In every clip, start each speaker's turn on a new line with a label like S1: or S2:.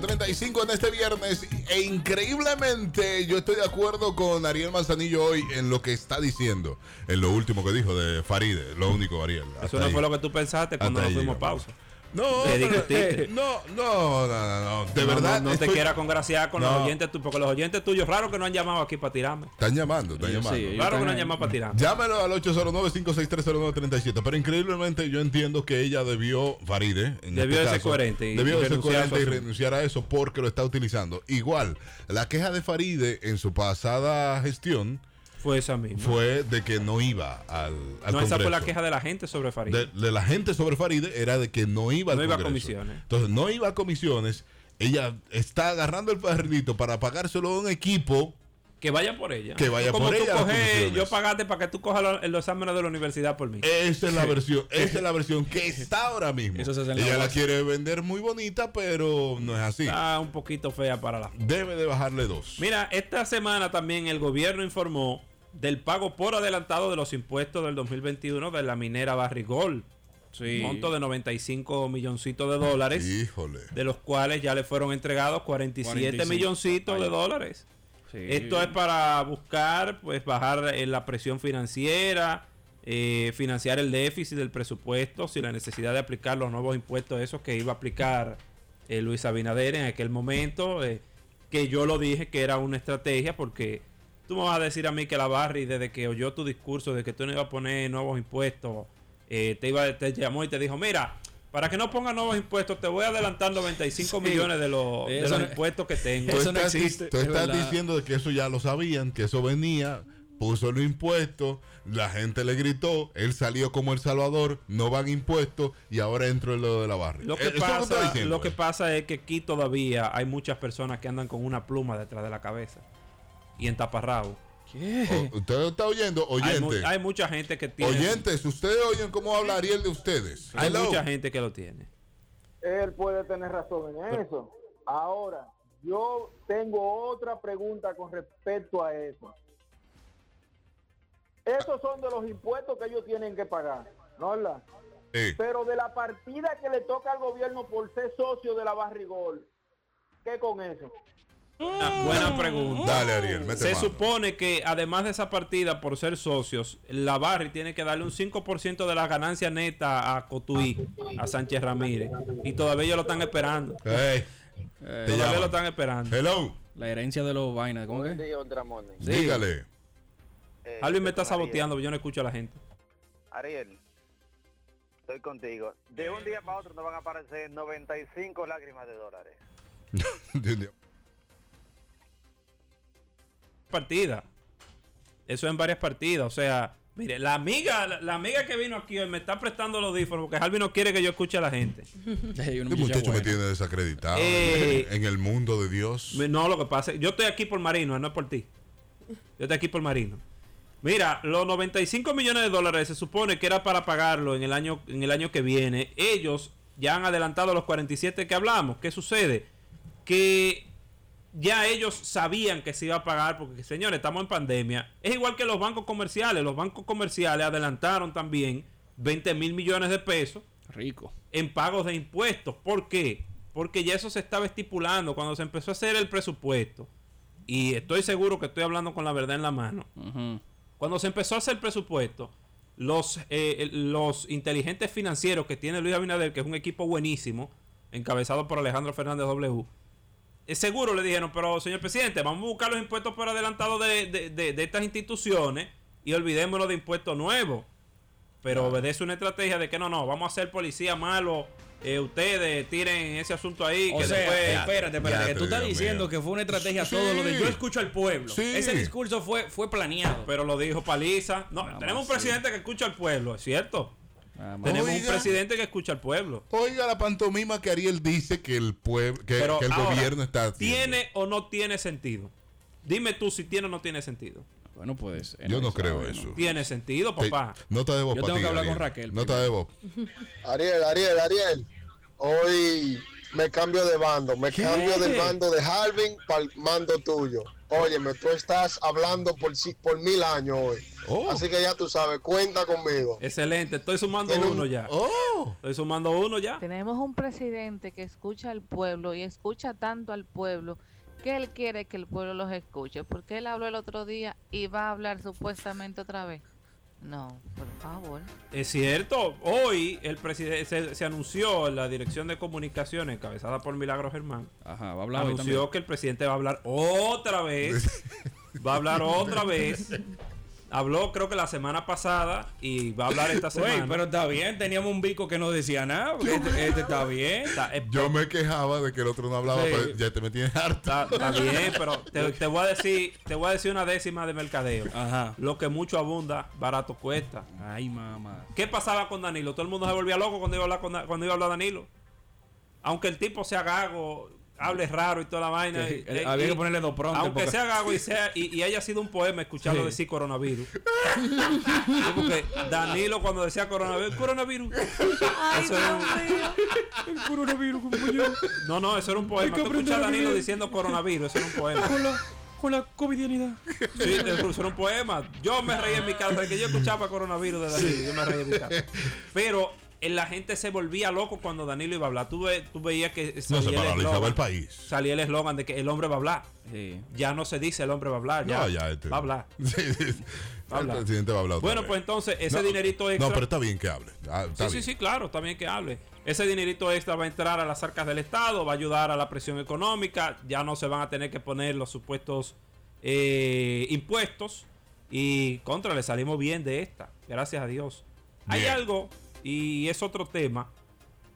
S1: 8.35 en este viernes e increíblemente yo estoy de acuerdo con Ariel Manzanillo hoy en lo que está diciendo, en lo último que dijo de Faride, lo único Ariel.
S2: Eso no fue lo que tú pensaste cuando nos fuimos pausa.
S1: No,
S2: Te
S1: pero-
S2: discutiste.
S1: no, no, no, no, no, de
S2: No,
S1: verdad.
S2: No, no te
S1: estoy-
S2: quieras congraciar con
S1: No.
S2: los oyentes tuyos, porque los oyentes tuyos, raro que no han llamado aquí para tirarme.
S1: Están llamando, están
S3: Yo sí,
S1: llamando.
S3: yo-
S2: Claro que no han
S3: también.
S2: llamado para tirarme.
S1: Llámalo al 809-56309-37. Pero increíblemente yo entiendo que ella debió, Faride, en este
S2: Debió de ser
S1: caso,
S2: coherente y
S1: debió de ser
S2: renunciar a su
S1: coherente y
S2: asunto.
S1: renunciar a eso porque lo está utilizando. Igual, la queja de Faride en su pasada gestión
S2: Fue esa misma.
S1: fue de que no iba al, al
S2: no, esa fue la
S1: Congreso.
S2: queja de la gente sobre Farid.
S1: de, de la gente sobre Faride era de que no iba al
S2: No iba a
S1: Congreso.
S2: comisiones.
S1: Entonces, no iba a comisiones. Ella está agarrando el perrito para pagárselo a un equipo.
S2: que vaya por ella.
S1: Que vaya
S2: Como
S1: por
S2: tú
S1: ella las
S2: coges-
S1: comisiones.
S2: yo pagaste para que tú cojas lo- los exámenes de la universidad por mí.
S1: Esa es la versión, esa es la versión que está ahora mismo.
S3: Eso se hace en la
S1: Ella la
S3: bolsa.
S1: quiere vender muy bonita, pero no es así.
S2: Está un poquito fea para la.
S1: Debe de bajarle dos.
S2: Ah. Mira, esta semana también el gobierno informó del pago por adelantado de los impuestos del 2021 de la minera Barrigol.
S3: Sí.
S2: Monto de 95 milloncitos de dólares.
S1: Híjole.
S2: de los cuales ya le fueron entregados 47
S3: 45.
S2: milloncitos de
S3: Ay.
S2: dólares.
S3: Sí.
S2: Esto es para buscar, pues, bajar eh, la presión financiera, eh, financiar el déficit del presupuesto, si la necesidad de aplicar los nuevos impuestos, esos que iba a aplicar eh, Luis Abinader en aquel momento, eh, que yo lo dije que era una estrategia, porque tú me vas a decir a mí que la Barry, desde que oyó tu discurso de que tú no ibas a poner nuevos impuestos, eh, te, iba, te llamó y te dijo, mira, para que no pongas nuevos impuestos, te voy a adelantar 95
S3: Sí.
S2: millones de, los- de
S3: Eso
S2: los
S3: no-
S2: impuestos que tengo.
S1: Tú
S3: Eso no
S1: estás, di-
S3: existe,
S1: tú
S3: es
S1: estás
S3: verdad.
S1: diciendo de que eso ya lo sabían, que eso venía, puso los impuestos, la gente le gritó, él salió como El Salvador, no van impuestos y ahora entro en lo de la barra.
S2: Lo que,
S1: Eh, eso es lo que
S2: pasa,
S1: está diciendo,
S2: lo que
S1: eh.
S2: pasa es que aquí todavía hay muchas personas que andan con una pluma detrás de la cabeza y en taparrabo.
S3: ¿Qué?
S1: O- usted lo está oyendo,
S2: Hay, mu-
S1: oyente.
S2: hay mucha gente que tiene.
S1: Oyentes, ustedes oyen cómo habla Ariel de ustedes.
S2: Hay
S1: Hello.
S2: mucha gente que lo tiene.
S4: Él puede tener razón en eso. Ahora, yo tengo otra pregunta con respecto a eso. Esos son de los impuestos que ellos tienen que pagar, ¿no es verdad?
S1: Eh,
S4: Pero de la partida que le toca al gobierno por ser socio de la Barrigol, ¿qué con eso?
S2: Ah, buena pregunta.
S1: dale, Ariel, mete
S2: Se
S1: mano.
S2: supone que además de esa partida, por ser socios, la Barri tiene que darle un 5% de la ganancia neta a Cotuí, a Sánchez Ramírez. Y todavía ellos lo están esperando.
S1: Ey,
S3: Eh,
S1: Te
S2: Todavía
S1: llaman.
S2: lo están esperando.
S1: Hello.
S3: la herencia de los vainas, ¿cómo que?
S5: Dion Dramones.
S3: Sí.
S1: Dígale.
S5: Eh,
S2: Alvin me está
S5: estoy con
S2: saboteando, pero yo no escucho a la gente.
S5: Ariel, Ariel, estoy contigo. De un día para otro nos van a aparecer 95 lágrimas de dólares.
S1: Este
S2: partida. Eso en varias partidas. O sea, mire, la amiga, la, la amiga que vino aquí hoy me está prestando los audífonos porque Harvey no quiere que yo escuche a la gente.
S3: Hay una
S1: Este muchacho
S3: muchacha
S1: me
S3: buena.
S1: tiene desacreditado
S2: Eh.
S1: en el mundo de Dios.
S2: Me- No, lo que pasa es, yo estoy aquí por Marino, no es por ti. Yo estoy aquí por Marino. Mira, los 95 millones de dólares se supone que era para pagarlo en el año, en el año que viene. Ellos ya han adelantado los 47 que hablamos. ¿Qué sucede? Que ya ellos sabían que se iba a pagar porque, señores, estamos en pandemia. Es igual que los bancos comerciales. Los bancos comerciales adelantaron también 20 mil millones de pesos
S3: Rico.
S2: en pagos de impuestos. ¿Por qué? Porque ya eso se estaba estipulando cuando se empezó a hacer el presupuesto. Y estoy seguro que estoy hablando con la verdad en la mano.
S3: Ujú.
S2: Cuando se empezó a hacer el presupuesto, los, eh, los inteligentes financieros que tiene Luis Abinader, que es un equipo buenísimo, encabezado por Alejandro Fernández W, eh, seguro le dijeron, pero señor presidente, vamos a buscar los impuestos por adelantado de, de- de- de estas instituciones y olvidémonos de impuestos nuevos. Pero obedece una estrategia de que no, no, vamos a ser policía malo, eh, ustedes tiren ese asunto ahí.
S3: O
S2: que
S3: sea,
S2: después-
S3: espérate, espérate,
S1: Ya
S3: que
S1: te
S3: tú estás
S1: digo,
S3: diciendo
S1: mío.
S3: que fue una estrategia
S1: Sí.
S3: todo lo de yo escucho al pueblo.
S1: Sí.
S3: Ese discurso fue, fue planeado.
S2: pero lo dijo Paliza. No,
S3: Nada
S2: tenemos
S3: más,
S2: un presidente que escucha al pueblo, es cierto.
S3: Nada más.
S2: Tenemos un
S1: Oiga.
S2: presidente que escucha al pueblo.
S1: Oiga la pantomima que Ariel dice que el pueblo, que,
S2: Pero
S1: que el
S2: ahora,
S1: gobierno está haciendo.
S2: ¿Tiene o no tiene sentido? Dime tú si tiene o no tiene sentido.
S3: Bueno, pues, eh, puede ser.
S1: Yo no
S3: Esa
S1: creo
S3: vaina.
S1: eso.
S2: Tiene sentido,
S1: Te-
S2: papá.
S1: Nota de voz
S3: Yo
S1: pa'
S3: tengo
S1: ti,
S3: que hablar con
S1: Ariel.
S3: Raquel
S1: Nota de voz.
S6: Ariel, Ariel, Ariel. Hoy me cambio de bando. Me cambio del bando de Harvin para el mando tuyo. Óyeme, tú estás hablando por, si- por mil años hoy.
S1: Oh.
S6: Así que ya tú sabes, cuenta conmigo.
S2: Excelente, estoy sumando
S6: Tiene un-
S2: uno ya.
S1: Oh.
S2: Estoy sumando uno ya.
S7: Tenemos un presidente que escucha al pueblo y escucha tanto al pueblo que él quiere que el pueblo los escuche. Porque él habló el otro día y va a hablar supuestamente otra vez. No, por favor.
S2: Es cierto, hoy el presidente se, se anunció en la dirección de comunicaciones encabezada por Milagro Germán.
S3: Ajá, va a hablar hoy también.
S2: anunció que el presidente va a hablar otra vez. va a hablar otra vez. Habló creo que la semana pasada y va a hablar esta semana.
S3: Güey, pero está bien, teníamos un bico que no decía nada. porque Este, este está bien.
S2: Está- eh,
S1: Yo me quejaba de que el otro no hablaba,
S3: Sí.
S1: pero ya te me tienes harta.
S2: está- está bien, pero te, te voy a decir, te voy a decir una décima de mercadeo.
S3: Ajá.
S2: Lo que mucho abunda, barato cuesta.
S3: Ay, mamá.
S2: ¿Qué pasaba con Danilo? Todo el mundo se volvía loco cuando iba a hablar, con Da- cuando iba a hablar Danilo. Aunque el tipo sea gago, hable raro y toda la vaina.
S3: Sí,
S2: y-
S3: eh,
S2: y-
S3: había que
S2: y-
S3: ponerle dos promptes,
S2: Aunque
S3: porque-
S2: sea gago y, sea, y, y haya sido un poema escucharlo
S3: Sí.
S2: decir coronavirus. Sí, porque Danilo cuando decía coronavirus, coronavirus. Eso era un-
S3: El coronavirus, compañero.
S2: no, no, eso era un poema.
S3: que
S2: Tú
S3: aprender
S2: escuchas a
S3: a
S2: Danilo
S3: vivir.
S2: diciendo coronavirus, eso era un poema.
S3: Con la, con la covidianidad.
S2: Sí, te pusieron un poema. Yo me reí en mi casa. desde que yo escuchaba coronavirus de Danilo, yo me reí en mi casa. Pero eh, la gente se volvía loco cuando Danilo iba a hablar. Tú, ve- tú veías que
S1: No se
S2: el
S1: paralizaba
S2: eslogan-
S1: el país.
S2: salía el eslogan de que el hombre va a hablar.
S3: Sí.
S2: Ya no se dice el hombre va a hablar. Ya,
S1: No, ya, este-
S2: va a hablar.
S1: Sí, sí.
S2: Va a
S1: El
S2: hablar.
S1: presidente va a hablar. otra
S2: Bueno,
S1: vez.
S2: pues entonces ese
S1: No,
S2: dinerito extra.
S1: No, pero está bien que hable. Ah, está
S2: sí,
S1: bien.
S2: sí, sí, claro, también que hable. Ese dinerito extra va a entrar a las arcas del Estado, va a ayudar a la presión económica, ya no se van a tener que poner los supuestos eh, impuestos y contra, le salimos bien de esta, gracias a Dios. Hay
S1: Bien.
S2: algo, y es otro tema,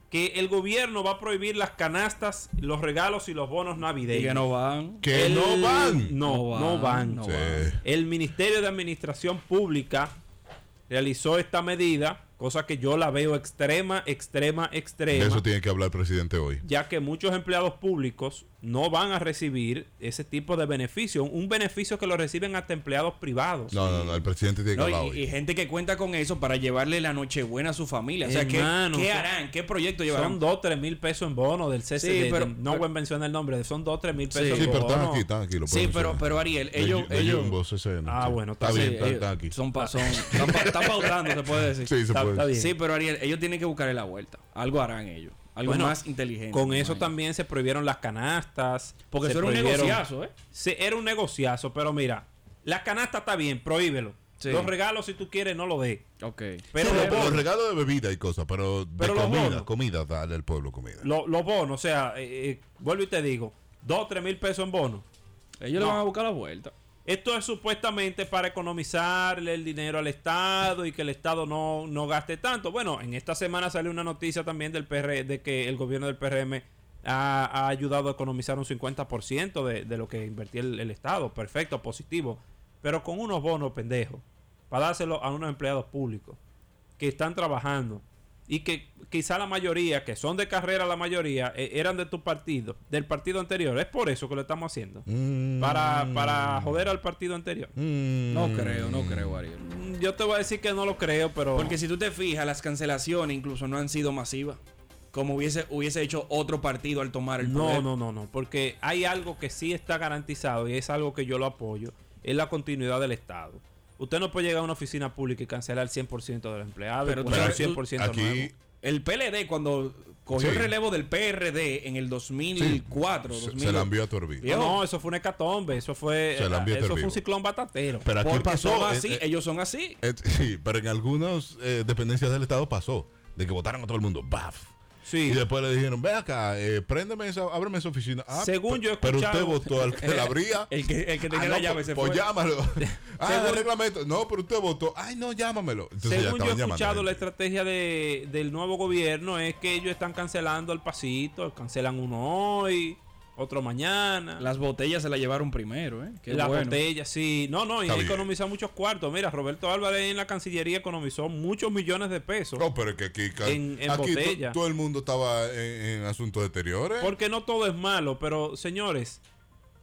S2: que el gobierno va a prohibir las canastas, los regalos y los bonos
S3: Y
S2: navideños.
S3: que no van.
S1: Que
S2: El-
S1: no van.
S2: No,
S3: No van,
S2: no van.
S3: no
S1: Sí.
S3: van.
S2: El Ministerio de Administración Pública realizó esta medida, cosa que yo la veo extrema, extrema,
S1: De
S2: extrema,
S1: eso tiene que hablar el presidente hoy.
S2: ya que muchos empleados públicos no van a recibir ese tipo de beneficio, un beneficio que lo reciben hasta empleados privados.
S1: No, no, no. El presidente tiene que
S3: No,
S1: hablar
S3: y,
S1: hoy.
S3: y gente que cuenta con eso para llevarle la Nochebuena a su familia. O sea, ¿qué,
S2: Hermano,
S3: qué
S2: o sea,
S3: harán? ¿Qué proyecto
S2: Son
S3: llevarán?
S2: 2, 3 mil pesos en bono del CCD.
S3: Sí, pero-
S2: no
S3: pero-
S2: voy a mencionar el nombre, son 2, 3 mil pesos
S1: Sí,
S2: en
S1: pero están
S2: bono.
S1: aquí, están aquí. lo
S3: Sí,
S1: pueden
S3: pero,
S1: hacer.
S3: pero Ariel,
S1: De
S3: ellos.
S1: Ju- de
S3: ellos
S1: Jumbo, CCN,
S2: Ah,
S1: sí.
S2: bueno,
S1: está
S2: está
S1: bien,
S3: sí,
S1: está,
S3: ellos
S1: está aquí.
S3: Son pa- son- están, pa- están pautando, se puede decir.
S1: Sí, se
S2: Está-
S1: puede.
S2: está bien.
S3: Sí, pero Ariel, ellos tienen que buscarle la vuelta. Algo harán ellos. Algo
S2: Bueno,
S3: más inteligente.
S2: Con
S3: me
S2: eso
S3: imagino.
S2: también se prohibieron las canastas.
S3: Porque
S2: se
S3: eso era un
S2: prohibieron-
S3: negociazo, ¿eh?
S2: Sí, era un negociazo, pero mira, las canastas está bien, prohíbelo.
S3: Sí.
S2: Los regalos, si tú quieres, no los dé.
S3: Ok.
S1: Sí,
S2: Pero, los,
S1: pero los
S2: bonos,
S1: regalos de bebida y cosas, pero de
S2: Pero los bonos.
S1: comida, comida, dale al pueblo comida.
S2: lo- los bonos, o sea, eh, eh, vuelvo y te digo, dos, tres mil pesos en bonos.
S3: Ellos le
S2: No.
S3: van a buscar la vuelta.
S2: Esto es supuestamente para economizarle el dinero al Estado y que el Estado no, no gaste tanto. Bueno, en esta semana salió una noticia también del PR de que el gobierno del PRM ha, ha ayudado a economizar un 50% de, de lo que invertía el, el Estado. Perfecto, positivo. Pero con unos bonos pendejos para dárselo a unos empleados públicos que están trabajando y que quizá la mayoría, que son de carrera la mayoría, eh, eran de tu partido, del partido anterior. Es por eso que lo estamos haciendo. Para,
S3: Mm.
S2: para joder al partido anterior.
S1: Mm.
S3: No creo, no creo, Ariel.
S2: Mm, Yo te voy a decir que no lo creo, pero.
S3: Porque si tú te fijas, las cancelaciones incluso no han sido masivas. Como hubiese, hubiese hecho otro partido al tomar el
S2: no,
S3: poder.
S2: no, no, no. Porque hay algo que sí está garantizado y es algo que yo lo apoyo: es la continuidad del Estado. Usted no puede llegar a una oficina pública y cancelar el 100% de los empleados,
S3: Pero
S2: pero
S3: tú
S2: poner el
S3: sabes, tú-
S2: 100% nuevo.
S1: Aquí
S3: El PLD cuando cogió
S1: Sí.
S3: el relevo del PRD en el 2004,
S1: se,
S3: 2000,
S1: se la envió a Torbi.
S2: No, no, eso fue una hecatombe, eso fue, eh,
S1: Se la envió
S2: eso fue
S1: Tervivo.
S2: un ciclón batatero.
S1: Pero aquí
S3: porque
S1: pasó.
S3: son
S1: eh,
S3: así,
S1: eh,
S3: ellos son así.
S1: eh, sí, pero en algunas eh, dependencias del Estado pasó. De que votaron a todo el mundo. ¡Baf!
S2: sí.
S1: Y después le dijeron, ve acá, eh, préndeme esa, ábreme esa oficina. Ah,
S2: Según
S1: pe-
S2: yo he
S1: Pero usted
S2: escuchado-
S1: votó al que la abría.
S3: El que, el que tenía
S1: Ah,
S3: la
S1: no,
S3: llave
S1: pues-
S3: se
S1: pues
S3: fue.
S1: llámalo. ah,
S2: Según-
S1: el reglamento. No, pero usted votó. Ay, no, llámamelo. Entonces ya
S2: Según yo he
S1: estaban llamando
S2: escuchado, la
S1: gente.
S2: estrategia de- del nuevo gobierno es que ellos están cancelando al pasito, cancelan uno hoy, otro mañana.
S3: Las botellas se la llevaron primero, ¿eh? Qué
S2: la
S3: bueno.
S2: botella, sí. No, no, y
S1: Está bien.
S2: economiza muchos cuartos. Mira, Roberto Álvarez en la Cancillería economizó muchos millones de pesos.
S1: No, pero es que aquí, ca-
S2: En- en
S1: aquí to-
S2: botella.
S1: todo el mundo estaba en, en asuntos exteriores.
S2: Porque no todo es malo, pero señores,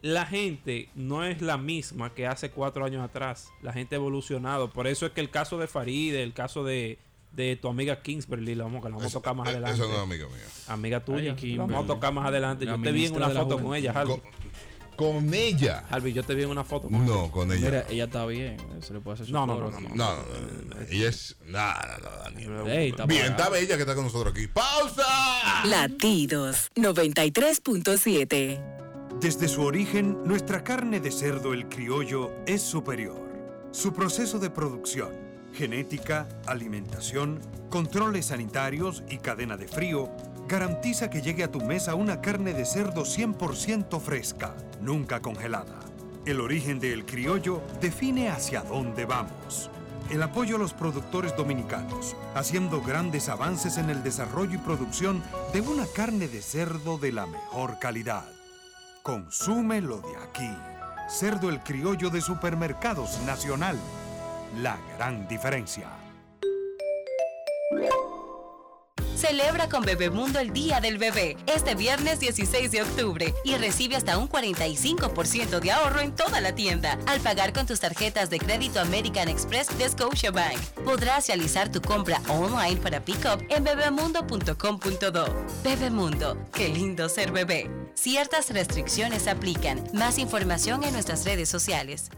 S2: la gente no es la misma que hace cuatro años atrás. La gente ha evolucionado. Por eso es que el caso de Faride, el caso de, de tu amiga Kingsbury, la vamos, que la vamos a tocar más
S1: Eh,
S2: adelante.
S1: Esa no es amiga mía.
S2: Amiga tuya.
S3: Ay, Kimberly.
S2: la vamos a tocar más adelante.
S3: La
S2: Yo te vi en
S3: ministra
S2: una
S3: de la
S2: foto con
S3: juventud.
S2: ella, Harvey.
S1: Co- Con ella.
S2: Harvey, yo te vi en una foto. con-
S1: No, con ella.
S3: Mira, ella está bien. eh, Se le puede hacer su
S2: No, no,
S3: coro.
S2: no, no,
S1: No, no, no, no, no. Ella es. Nada, no, Daniel.
S3: Ey, está
S1: Bien,
S3: pagada.
S1: está bella que está con nosotros aquí. ¡Pausa!
S8: Latidos 93.7.
S9: Desde su origen, nuestra carne de cerdo el criollo es superior. Su proceso de producción, genética, alimentación, controles sanitarios y cadena de frío garantiza que llegue a tu mesa una carne de cerdo 100% fresca, nunca congelada. El origen del criollo define hacia dónde vamos. El apoyo a los productores dominicanos, haciendo grandes avances en el desarrollo y producción de una carne de cerdo de la mejor calidad. Consume lo de aquí. Cerdo el criollo de Supermercados Nacional. La gran diferencia.
S8: Celebra con Bebemundo el Día del Bebé este viernes 16 de octubre y recibe hasta un 45% de ahorro en toda la tienda al pagar con tus tarjetas de crédito American Express de Scotiabank. Podrás realizar tu compra online para pick-up en bebemundo.com.do. Bebemundo, qué lindo ser bebé. Ciertas restricciones aplican. Más información en nuestras redes sociales.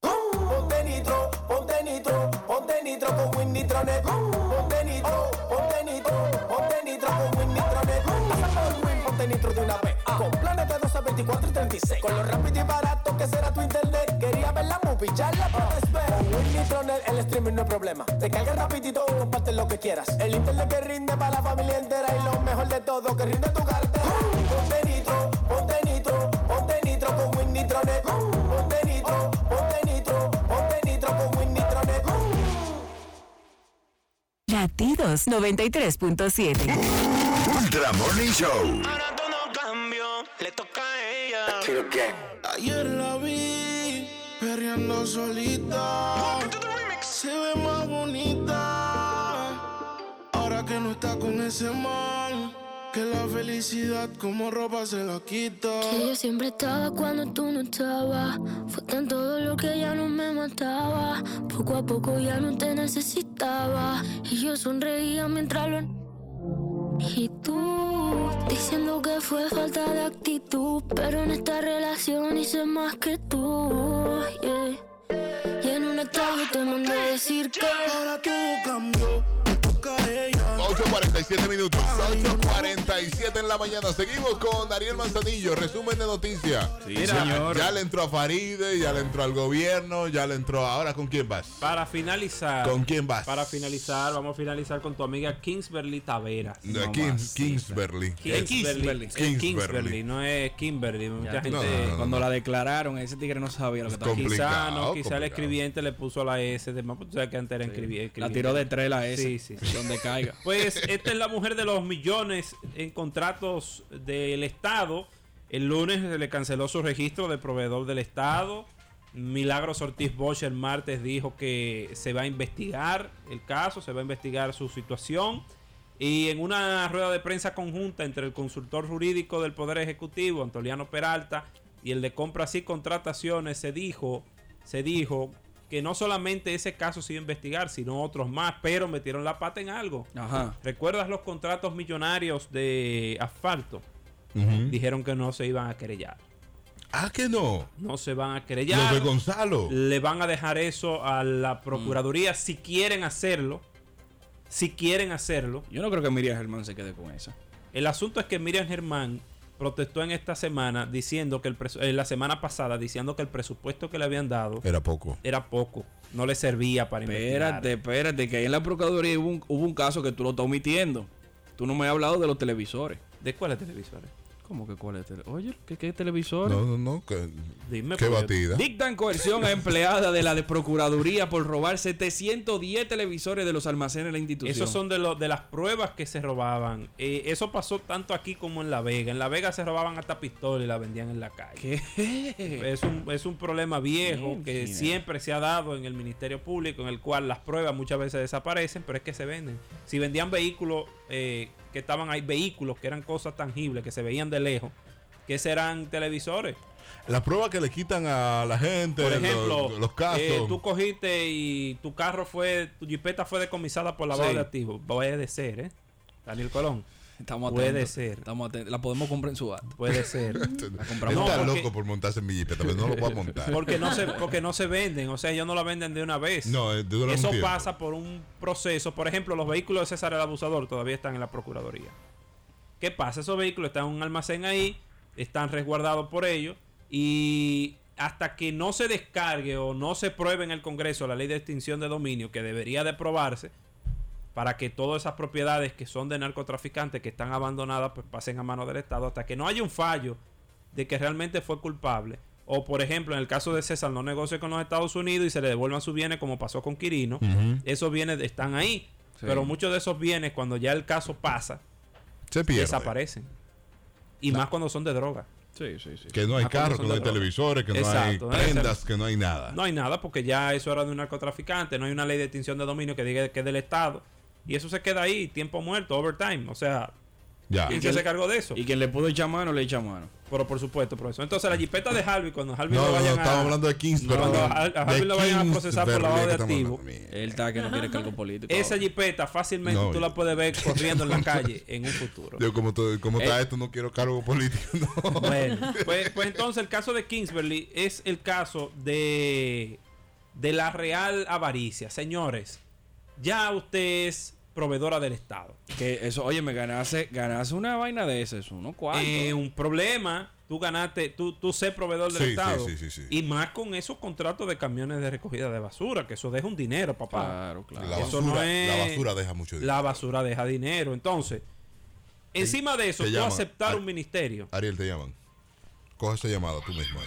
S10: Ponte nitro, ponte nitro, ponte nitro con Win Nitronet. Ponte nitro, ponte nitro, ponte nitro con Win Nitronet. Pásate por Win, ponte nitro de una vez. Con planes de 12, 24 y 36. Con lo rápido y barato que será tu internet. Quería ver la movie, ya la puedes ver. Con Win Nitronet el streaming no es problema. Te cargas rapidito y compartes lo que quieras. El internet que rinde para la familia entera. Y lo mejor de todo, que rinde tu cartera. Ponte nitro, ponte nitro, ponte nitro con Win Nitronet. Ponte nitro, ponte nitro, ponte nitro con Win Nitronet.
S8: Latidos 93.7.
S9: Ultra Morning Show.
S10: Ahora todo cambio, le toca a ella. Ayer la vi perreando solita. Se ve más bonita. Ahora que no está con ese man, que la felicidad como ropa se la quita.
S11: Que yo siempre estaba cuando tú no estabas. Fue tanto dolor que ya no me mataba. Poco a poco ya no te necesitaba. Y yo sonreía mientras lo. en- Y tú, diciendo que fue falta de actitud. Pero en esta relación hice más que tú. yeah. Y en un estado te mandé decir que.
S10: Ahora todo cambió, le toca a ella.
S1: 8.47 minutos, 8.47 en la mañana. Seguimos con Daniel Manzanillo. Resumen de noticias.
S2: Mira,
S3: señor.
S1: Ya le entró a Faride, ya le entró al gobierno, ya le entró. Ahora, ¿con quién vas?
S2: Para finalizar.
S1: ¿Con quién vas?
S2: Para finalizar, vamos a finalizar con tu amiga Kingsberly Taveras.
S1: De Kings- Kingsberly.
S2: Kingsberly. Es
S1: Kingsberly.
S2: Kingsberly, no es Kimberly. Mucha gente.
S1: No, no, no,
S3: Eh, Cuando la declararon, ese tigre no sabía lo que
S1: Es
S3: estaba haciendo.
S2: Quizá no,
S1: Complicado,
S2: quizá el
S1: complicado.
S2: escribiente le puso la S de más, porque tú sabes que antes era escribi- escribiente.
S3: La tiró de tres la S.
S2: Sí, sí, sí.
S3: Donde caiga.
S2: Pues esta es la mujer de los millones en contratos del Estado. El lunes se le canceló su registro de proveedor del Estado. Milagros Ortiz Bosch el martes dijo que se va a investigar el caso, se va a investigar su situación. Y en una rueda de prensa conjunta entre el consultor jurídico del Poder Ejecutivo, Antoliano Peralta, y el de compras y contrataciones, se dijo, se dijo que no solamente ese caso se iba a investigar, sino otros más, pero metieron la pata en algo.
S3: Ajá.
S2: ¿Recuerdas los contratos millonarios de asfalto?
S1: Ujú.
S2: Dijeron que no se iban a querellar.
S1: Ah, que no.
S2: No se van a querellar.
S1: Los de Gonzalo.
S2: Le van a dejar eso a la Procuraduría si quieren hacerlo. Si quieren hacerlo.
S3: Yo no creo que Miriam Germán se quede con esa.
S2: El asunto es que Miriam Germán protestó en esta semana diciendo que el presu- eh, la semana pasada diciendo que el presupuesto que le habían dado
S1: Era poco.
S2: era poco, no le servía para investigar.
S3: Espérate, espérate, que ahí en la Procuraduría hubo un, hubo un caso que tú lo estás omitiendo. Tú no me has hablado de los televisores.
S2: ¿De cuáles televisores?
S3: ¿Cómo que cuál es? tele- Oye, ¿qué, qué televisores?
S1: No, no, no. que-
S2: Dime
S1: qué
S2: pues, yo-
S1: batida.
S3: Dictan coerción a empleada de la de Procuraduría por robar 710 televisores de los almacenes de la institución.
S2: Esos son de, los de las pruebas que se robaban. Eh, eso pasó tanto aquí como en La Vega. En La Vega se robaban hasta pistolas y la vendían en la calle.
S3: ¿Qué?
S2: Es un, es un problema viejo
S3: Bien,
S2: que
S3: Gina.
S2: siempre se ha dado en el Ministerio Público, en el cual las pruebas muchas veces desaparecen, pero es que se venden. Si vendían vehículos eh, que estaban ahí, vehículos que eran cosas tangibles, que se veían de lejos, que serán televisores.
S1: Las pruebas que le quitan a la gente.
S2: Por
S1: los-
S2: ejemplo,
S1: los, casos.
S2: eh, tú cogiste y tu carro fue, tu jipeta fue decomisada por la
S3: Sí.
S2: base de activos. Vaya de ser, ¿eh? Daniel Colón.
S3: Estamos
S2: Puede
S3: ser. Estamos atentos. La podemos comprar en su acto.
S2: Puede ser.
S3: La
S1: Él
S3: compramos.
S1: está
S2: No, porque-
S1: loco por montarse en mi jipeta, pero no lo voy a montar.
S2: Porque no se, porque no se venden, o sea, ellos no la venden de una vez.
S1: No, eh, dura un
S2: Eso
S1: tiempo.
S2: pasa por un proceso. Por ejemplo, los vehículos de César el Abusador todavía están en la Procuraduría. ¿Qué pasa? Esos vehículos están en un almacén ahí, están resguardados por ellos y hasta que no se descargue o no se pruebe en el Congreso la ley de extinción de dominio, que debería de probarse, para que todas esas propiedades que son de narcotraficantes, que están abandonadas, pues pasen a manos del Estado, hasta que no haya un fallo de que realmente fue culpable. O por ejemplo, en el caso de César, no negocie con los Estados Unidos y se le devuelvan sus bienes como pasó con Quirino.
S1: Ujú.
S2: Esos bienes están ahí.
S1: Mm. Sí.
S2: Pero muchos de esos bienes, cuando ya el caso pasa,
S1: Se pierde.
S2: desaparecen. Y más cuando son de droga.
S3: Sí, sí, sí.
S1: Que no hay
S2: Más cuando
S1: carros,
S2: Ah, son
S1: que no
S2: de
S1: hay
S2: droga.
S1: televisores, que
S2: Exacto,
S1: no
S2: ¿no?
S1: hay prendas,
S2: Exacto.
S1: que no hay nada.
S2: No hay nada porque ya eso era de un narcotraficante. No hay una ley de extinción de dominio que diga que es del Estado. Y eso se queda ahí, tiempo muerto, overtime. O sea,
S1: Ya.
S2: ¿quién se hace cargo de eso?
S3: Y quien le pudo echar mano, le echa mano.
S2: Pero por supuesto, profesor. Entonces, la jipeta de Harvey, cuando Harvey
S1: No,
S2: lo
S1: no,
S2: vayan a...
S1: estamos hablando de Kingsbury.
S2: Cuando a,
S1: No,
S2: a Harvey
S1: de
S2: lo vayan a procesar por lavado de
S1: Kingsbury, que estamos
S2: activo.
S3: Él está que no quiere cargo político.
S2: Esa jipeta fácilmente
S1: No,
S2: tú la puedes ver corriendo en la calle en un futuro.
S1: Yo como, to- como está
S2: Eh.
S1: esto, no quiero cargo político. no.
S2: Bueno, pues, pues entonces el caso de Kingsbury es el caso de, de la real avaricia. Señores, ya usted es proveedora del Estado.
S3: Que eso, oye, me ganase, ganase una vaina de ese, eso, ¿no? ¿Cuánto?
S2: Eh, un problema, tú ganaste, tú, tú sé proveedor del
S3: Sí, sí,
S2: Estado.
S3: sí, sí, sí.
S2: Y más con esos contratos de camiones de recogida de basura, que eso deja un dinero, papá.
S3: Claro, claro.
S1: La basura- la basura deja mucho dinero.
S2: La basura deja dinero. Entonces, encima de eso,
S1: te
S2: tú
S1: llaman.
S2: aceptar
S1: Ar-
S2: un ministerio.
S1: Ariel, te llaman. Coge esa llamada tú mismo ahí.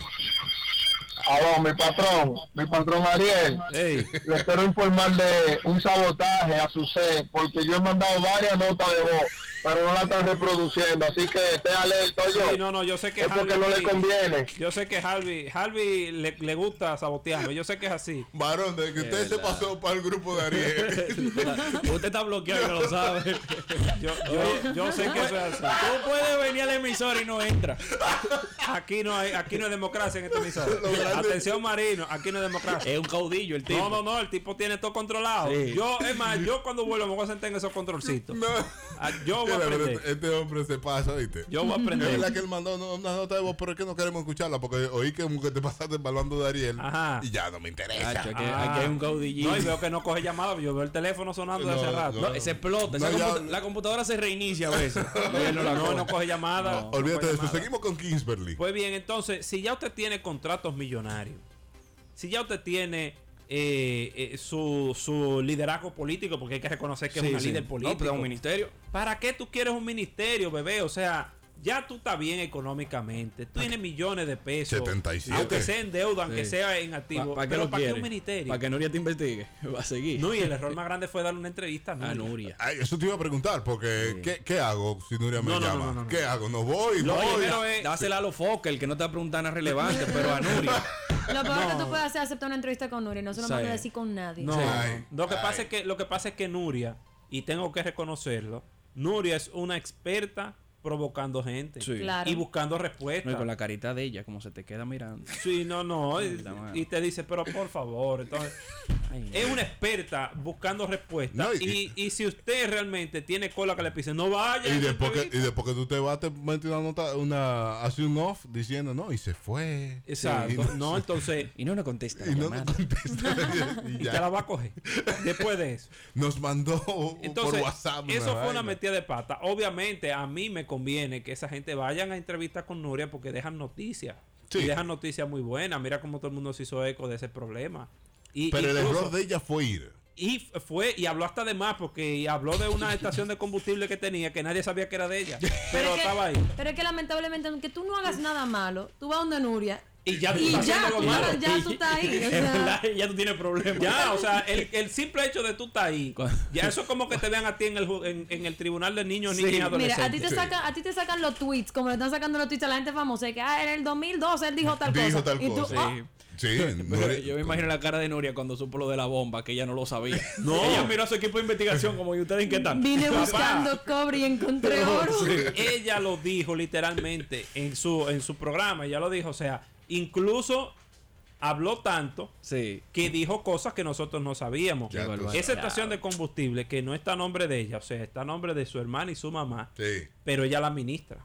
S6: Aló, mi patrón, mi patrón Ariel. Les quiero informar de un sabotaje a su sed, porque yo he mandado varias notas de voz, pero no la están reproduciendo, así que esté alerta yo.
S2: Sí, no, no, yo sé que
S6: es porque no le conviene.
S2: Yo sé que Harvey, Harvey le, le gusta sabotearme. Yo sé que es así.
S1: Varón, desde que usted se pasó para el grupo de Ariel.
S3: Usted está bloqueado, que lo sabe.
S2: Yo, yo, yo sé que eso es así.
S3: Tú puedes venir al emisor y no entra.
S2: Aquí no hay, aquí no hay democracia en este emisor. Atención, Marino, aquí no hay democracia.
S3: Es un caudillo el tipo.
S2: No, no, no, el tipo tiene todo controlado.
S3: Sí.
S2: Yo, es más, yo cuando vuelvo me voy a sentar en esos controlcitos. Ah, Yo voy a
S1: Mira, pero
S2: aprender.
S1: este, este hombre se pasa, ¿viste?
S2: Yo voy a aprender.
S1: Es verdad que él mandó no- una nota de voz, pero es que no queremos escucharla porque oí que, que te pasaste hablando de Ariel
S2: Ajá. Ah.
S1: y ya no me interesa.
S3: Aquí, aquí hay un caudillito.
S2: No, y veo que no coge llamada, yo veo el teléfono sonando de hace
S1: No,
S2: rato.
S1: no, no.
S3: Se explota. esa
S1: No, ya-
S3: computa- la computadora se reinicia a veces. Y él no la
S2: No,
S3: coge.
S2: no coge llamada. no
S1: Olvídate
S2: coge
S1: de eso.
S2: llamada.
S1: Seguimos con Kingsbury.
S2: Pues bien, entonces, si ya usted tiene contratos millonarios, si ya usted tiene eh, eh, su, su liderazgo político, porque hay que reconocer que es
S3: Sí,
S2: una
S3: sí.
S2: líder político.
S3: No, pero un ministerio.
S2: ¿Para qué tú quieres un ministerio, bebé? O sea, ya tú estás bien económicamente. Tú tienes millones de pesos.
S1: 77.
S2: Aunque sea en deuda, aunque
S3: Sí.
S2: sea en activo.
S3: ¿Para qué
S2: pero
S3: lo
S2: ¿para qué
S3: quiere?
S2: un ministerio?
S3: Para que Nuria te investigue. Va a seguir.
S2: No, y el error más grande fue darle una entrevista a
S3: A
S2: Nuria.
S3: Nuria.
S1: Ay, eso te iba a preguntar, porque ¿qué, qué hago si Nuria me
S2: No, no,
S1: llama?
S2: no, no, no.
S1: ¿Qué hago? ¿No voy?
S2: Lo
S1: voy.
S2: primero es-
S3: Dásela a los foques, el que no te va a preguntar nada relevante, pero a Nuria.
S12: Lo peor que
S2: No.
S12: tú puedes hacer es aceptar una entrevista con Nuri, no se lo
S2: Sí.
S12: mandes a decir con nadie.
S2: No,
S1: Ay,
S2: no. lo que
S1: ay.
S2: pasa es que lo que pasa es que Nuria y tengo que reconocerlo, Nuria es una experta provocando gente
S3: Sí.
S12: Claro.
S2: y buscando
S3: No, y
S2: respuestas.
S3: con la carita de ella, como se te queda mirando.
S2: Sí, no, no, y,
S3: Mierda, mano.
S2: y te dice, pero por favor, entonces
S3: Ay,
S2: es una experta buscando respuestas
S1: No,
S2: y,
S1: y-
S2: y si usted realmente tiene cola que le pise, no vaya.
S1: Y
S2: a la
S1: después, que, y
S2: entrevista.
S1: después que tú te vas, te metes una nota, una, hace un off diciendo, no, y se fue.
S2: Exacto.
S1: Y-
S2: No, entonces
S3: Y no nos contesta.
S1: Y
S3: la
S1: no nos
S3: llamada.
S1: contesta. Y
S2: y
S1: ya.
S2: te la va a coger después de eso.
S1: Nos mandó
S2: Entonces,
S1: por WhatsApp.
S2: eso fue
S1: vaina.
S2: una metida de pata. Obviamente, a mí me conviene que esa gente vayan a entrevistas con Nuria porque dejan noticias.
S1: Sí.
S2: Y dejan noticias muy buenas. Mira cómo todo el mundo se hizo eco de ese problema. Y,
S1: Pero el
S2: incluso-
S1: error de ella fue ir.
S2: y f- fue y habló hasta de más porque habló de una estación de combustible que tenía que nadie sabía que era de ella. Pero
S12: es que-
S2: estaba ahí.
S12: Pero es que lamentablemente, aunque tú no hagas nada malo, tú vas donde Nuria.
S2: Y ya tú
S12: Y
S2: estás
S12: ya,
S2: haciendo lo
S12: claro,
S2: malo.
S12: ya tú estás ahí. o sea,
S3: ya tú tienes problemas.
S2: Ya, o sea, el, el simple hecho de tú estar ahí, ya eso es como que te vean a ti en el, ju- en, en el tribunal de niños,
S3: Sí.
S2: niñas y
S12: Mira, a ti,
S2: adolescentes.
S12: te sacan, a ti te sacan los tweets, como le están sacando los tweets a la gente famosa, de que ah, en el 2012 él dijo tal
S1: Dijo
S12: cosa.
S1: tal
S12: y tú,
S1: cosa.
S12: "Ah,
S1: Sí,
S3: Pero
S1: Nuria-
S3: yo me imagino la cara de Nuria cuando supo lo de la bomba, que ella no lo sabía.
S2: No.
S3: Ella miró a su equipo de investigación como, ¿y ustedes en qué están?
S12: vine
S2: Papá.
S12: buscando cobre y encontré oro.
S2: ella lo dijo literalmente en su, en su programa, ella lo dijo, o sea, incluso habló tanto que dijo cosas que nosotros no sabíamos.
S3: Ya tú
S2: Esa
S3: sabes.
S2: estación de combustible que no está a nombre de ella, o sea, está a nombre de su hermana y su mamá, pero ella la administra.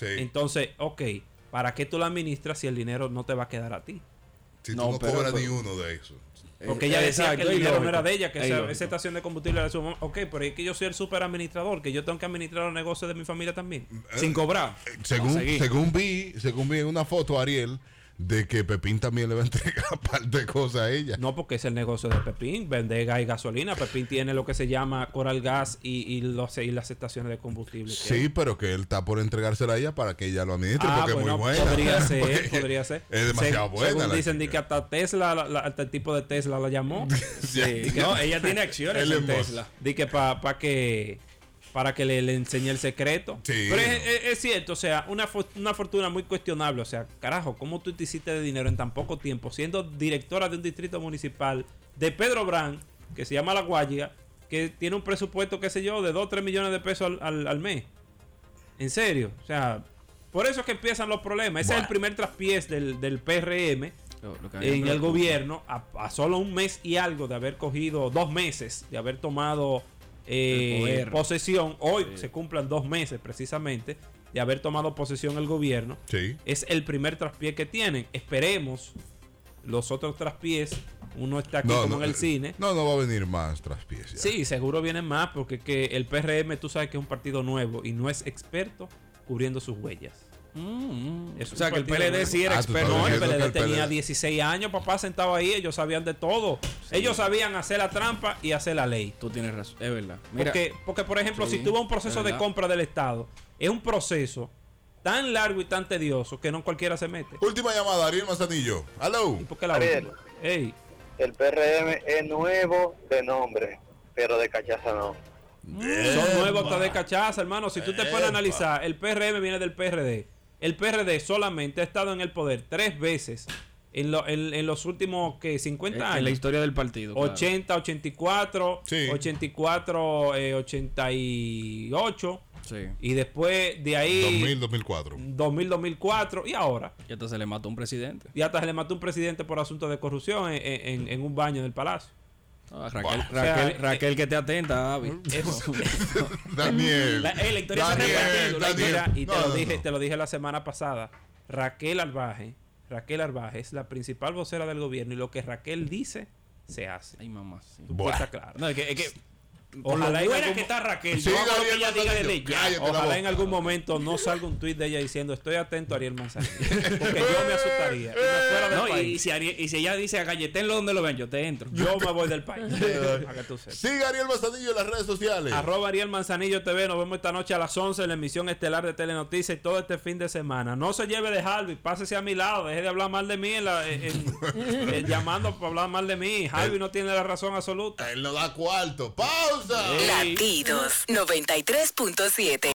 S2: Entonces, ok, ¿para qué tú la administras si el dinero no te va a quedar a ti?
S1: Si tú no cobras ni uno de eso.
S3: Eh,
S2: Porque ella decía
S1: Exacto,
S2: que el
S1: es
S2: dinero Eh,
S1: ilógico,
S2: no era de ella, que
S1: es
S2: esa,
S1: ilógico.
S2: esa estación de combustible era de su mamá. Ok, pero es que yo soy el super administrador, que yo tengo que administrar los negocios de mi familia también. Sin cobrar.
S1: Según,
S2: Conseguí.
S1: según vi, según vi en una foto Ariel de que Pepín también le va a entregar parte de cosas a ella.
S2: No, porque es el negocio de Pepín, vende gas y gasolina. Pepín tiene lo que se llama Coral Gas y, y los, y las estaciones de combustible. que-
S1: Sí, pero que él está por entregársela a ella para que ella lo administre,
S2: Ah,
S1: porque es
S2: bueno,
S1: muy buena.
S2: Podría
S1: Porque
S2: ser, podría ser.
S1: Es demasiado
S2: Seg-
S1: buena.
S2: según
S1: la-
S2: dicen di que hasta Tesla, la- la- hasta el tipo de Tesla la llamó. Di que-
S3: No, ella tiene acciones
S2: Elon
S3: en
S2: Musk.
S3: Tesla.
S2: Di que para que para que le, le enseñe el secreto. Pero es, es- es cierto, o sea, una, fo- una fortuna muy cuestionable. O sea, carajo, ¿cómo tú te hiciste de dinero en tan poco tiempo? Siendo directora de un distrito municipal de Pedro Brand, que se llama La Guayiga, que tiene un presupuesto, qué sé yo, de 2 o 3 millones de pesos al- al- al mes. En serio, o sea, por eso es que empiezan los problemas. Ese es el primer traspiés del, del PRM
S13: lo que a mí me
S2: en el
S13: preocupa.
S2: gobierno a, a solo un mes y algo de haber cogido, dos meses de haber tomado eh,
S13: El poder.
S2: posesión. Hoy se cumplan dos meses precisamente de haber tomado posesión el gobierno. Es el primer traspié que tienen. Esperemos los otros traspiés. Uno está aquí
S1: No,
S2: como
S1: no, eh,
S2: en el cine.
S1: No, no va a venir más traspiés.
S2: Sí, seguro vienen más porque es que el PRM tú sabes que es un partido nuevo y no es experto cubriendo sus huellas. Es
S3: O
S2: un
S3: sea, que el
S2: partido
S3: PLD
S2: nuevo.
S3: sí era
S2: Ah, tú estás
S3: experto.
S2: No, el
S3: diciendo que
S2: PLD
S3: el
S2: tenía
S3: PLD
S2: 16 años, papá sentado ahí, ellos sabían de todo. Ellos sabían hacer la trampa y hacer la ley.
S3: Tú tienes razón, es verdad.
S2: porque, porque, por ejemplo, si tú vas a un proceso de compra del Estado, es un proceso tan largo y tan tedioso que no cualquiera se mete.
S1: Última llamada, Ariel Manzanillo. Hello.
S2: ¿Y por qué la
S5: Ariel.
S2: última? Ey.
S5: El PRM es nuevo de nombre, pero de cachaza no.
S2: Son nuevos hasta de cachaza, hermano. Si tú te pones a analizar, el PRM viene del PRD. El PRD solamente ha estado en el poder tres veces en, lo- en- en los últimos que 50
S3: En- en
S2: años.
S3: la historia del partido, claro.
S2: 80, 84, 84, eh, 88. Y después de ahí.
S1: 2000, 2004.
S2: 2000, 2004. Y ahora.
S3: Y hasta se le mató un presidente.
S2: Y hasta se le mató un presidente por asunto de corrupción en, en- en un baño del palacio.
S3: Raquel,
S2: O sea, eh,
S3: Raquel, Raquel, que te atenta, Abby.
S1: Daniel.
S2: La, ey, la historia se reparte,
S3: Daniel,
S2: la
S3: Daniel.
S2: historia- y te,
S3: No,
S2: lo
S3: no,
S2: dije,
S3: no.
S2: te lo dije la semana pasada. Raquel Arbaje, Raquel Arbaje es la principal vocera del gobierno y lo que Raquel dice se hace.
S3: Ay, mamá, sí.
S2: Tú
S3: Buah.
S2: puedes estar claro.
S3: No, es que- es que- con
S2: Ojalá
S3: lo
S2: en
S3: buena
S2: algún
S3: que
S2: mo-
S3: está Raquel,
S2: Sí,
S3: yo hago lo
S2: Gabriel
S3: que ella diga
S2: Manzanillo,
S3: desde ya.
S2: cállate la
S3: Ojalá
S2: boca.
S3: en
S2: en algún momento no salga un tuit de ella diciendo estoy atento a Ariel Manzanillo. Porque yo me asustaría. Y me fuera del
S3: No, y,
S2: país.
S3: y si, Ariel- y si ella dice agallitenlo donde lo ven, yo te entro.
S2: Yo me voy del país. Para que tú sepas.
S1: Sigue Ariel Manzanillo en las redes sociales.
S2: Arroba Ariel Manzanillo TV. Nos vemos esta noche a las 11 en la emisión estelar de Telenoticias y todo este fin de semana. No se lleve de Harvey. Pásese a mi lado. Deje de hablar mal de mí en la- en- en- en- llamando para hablar mal de mí. Harvey no tiene la razón absoluta.
S1: Él no da cuarto. ¡Pausa!
S8: Latidos 93.7.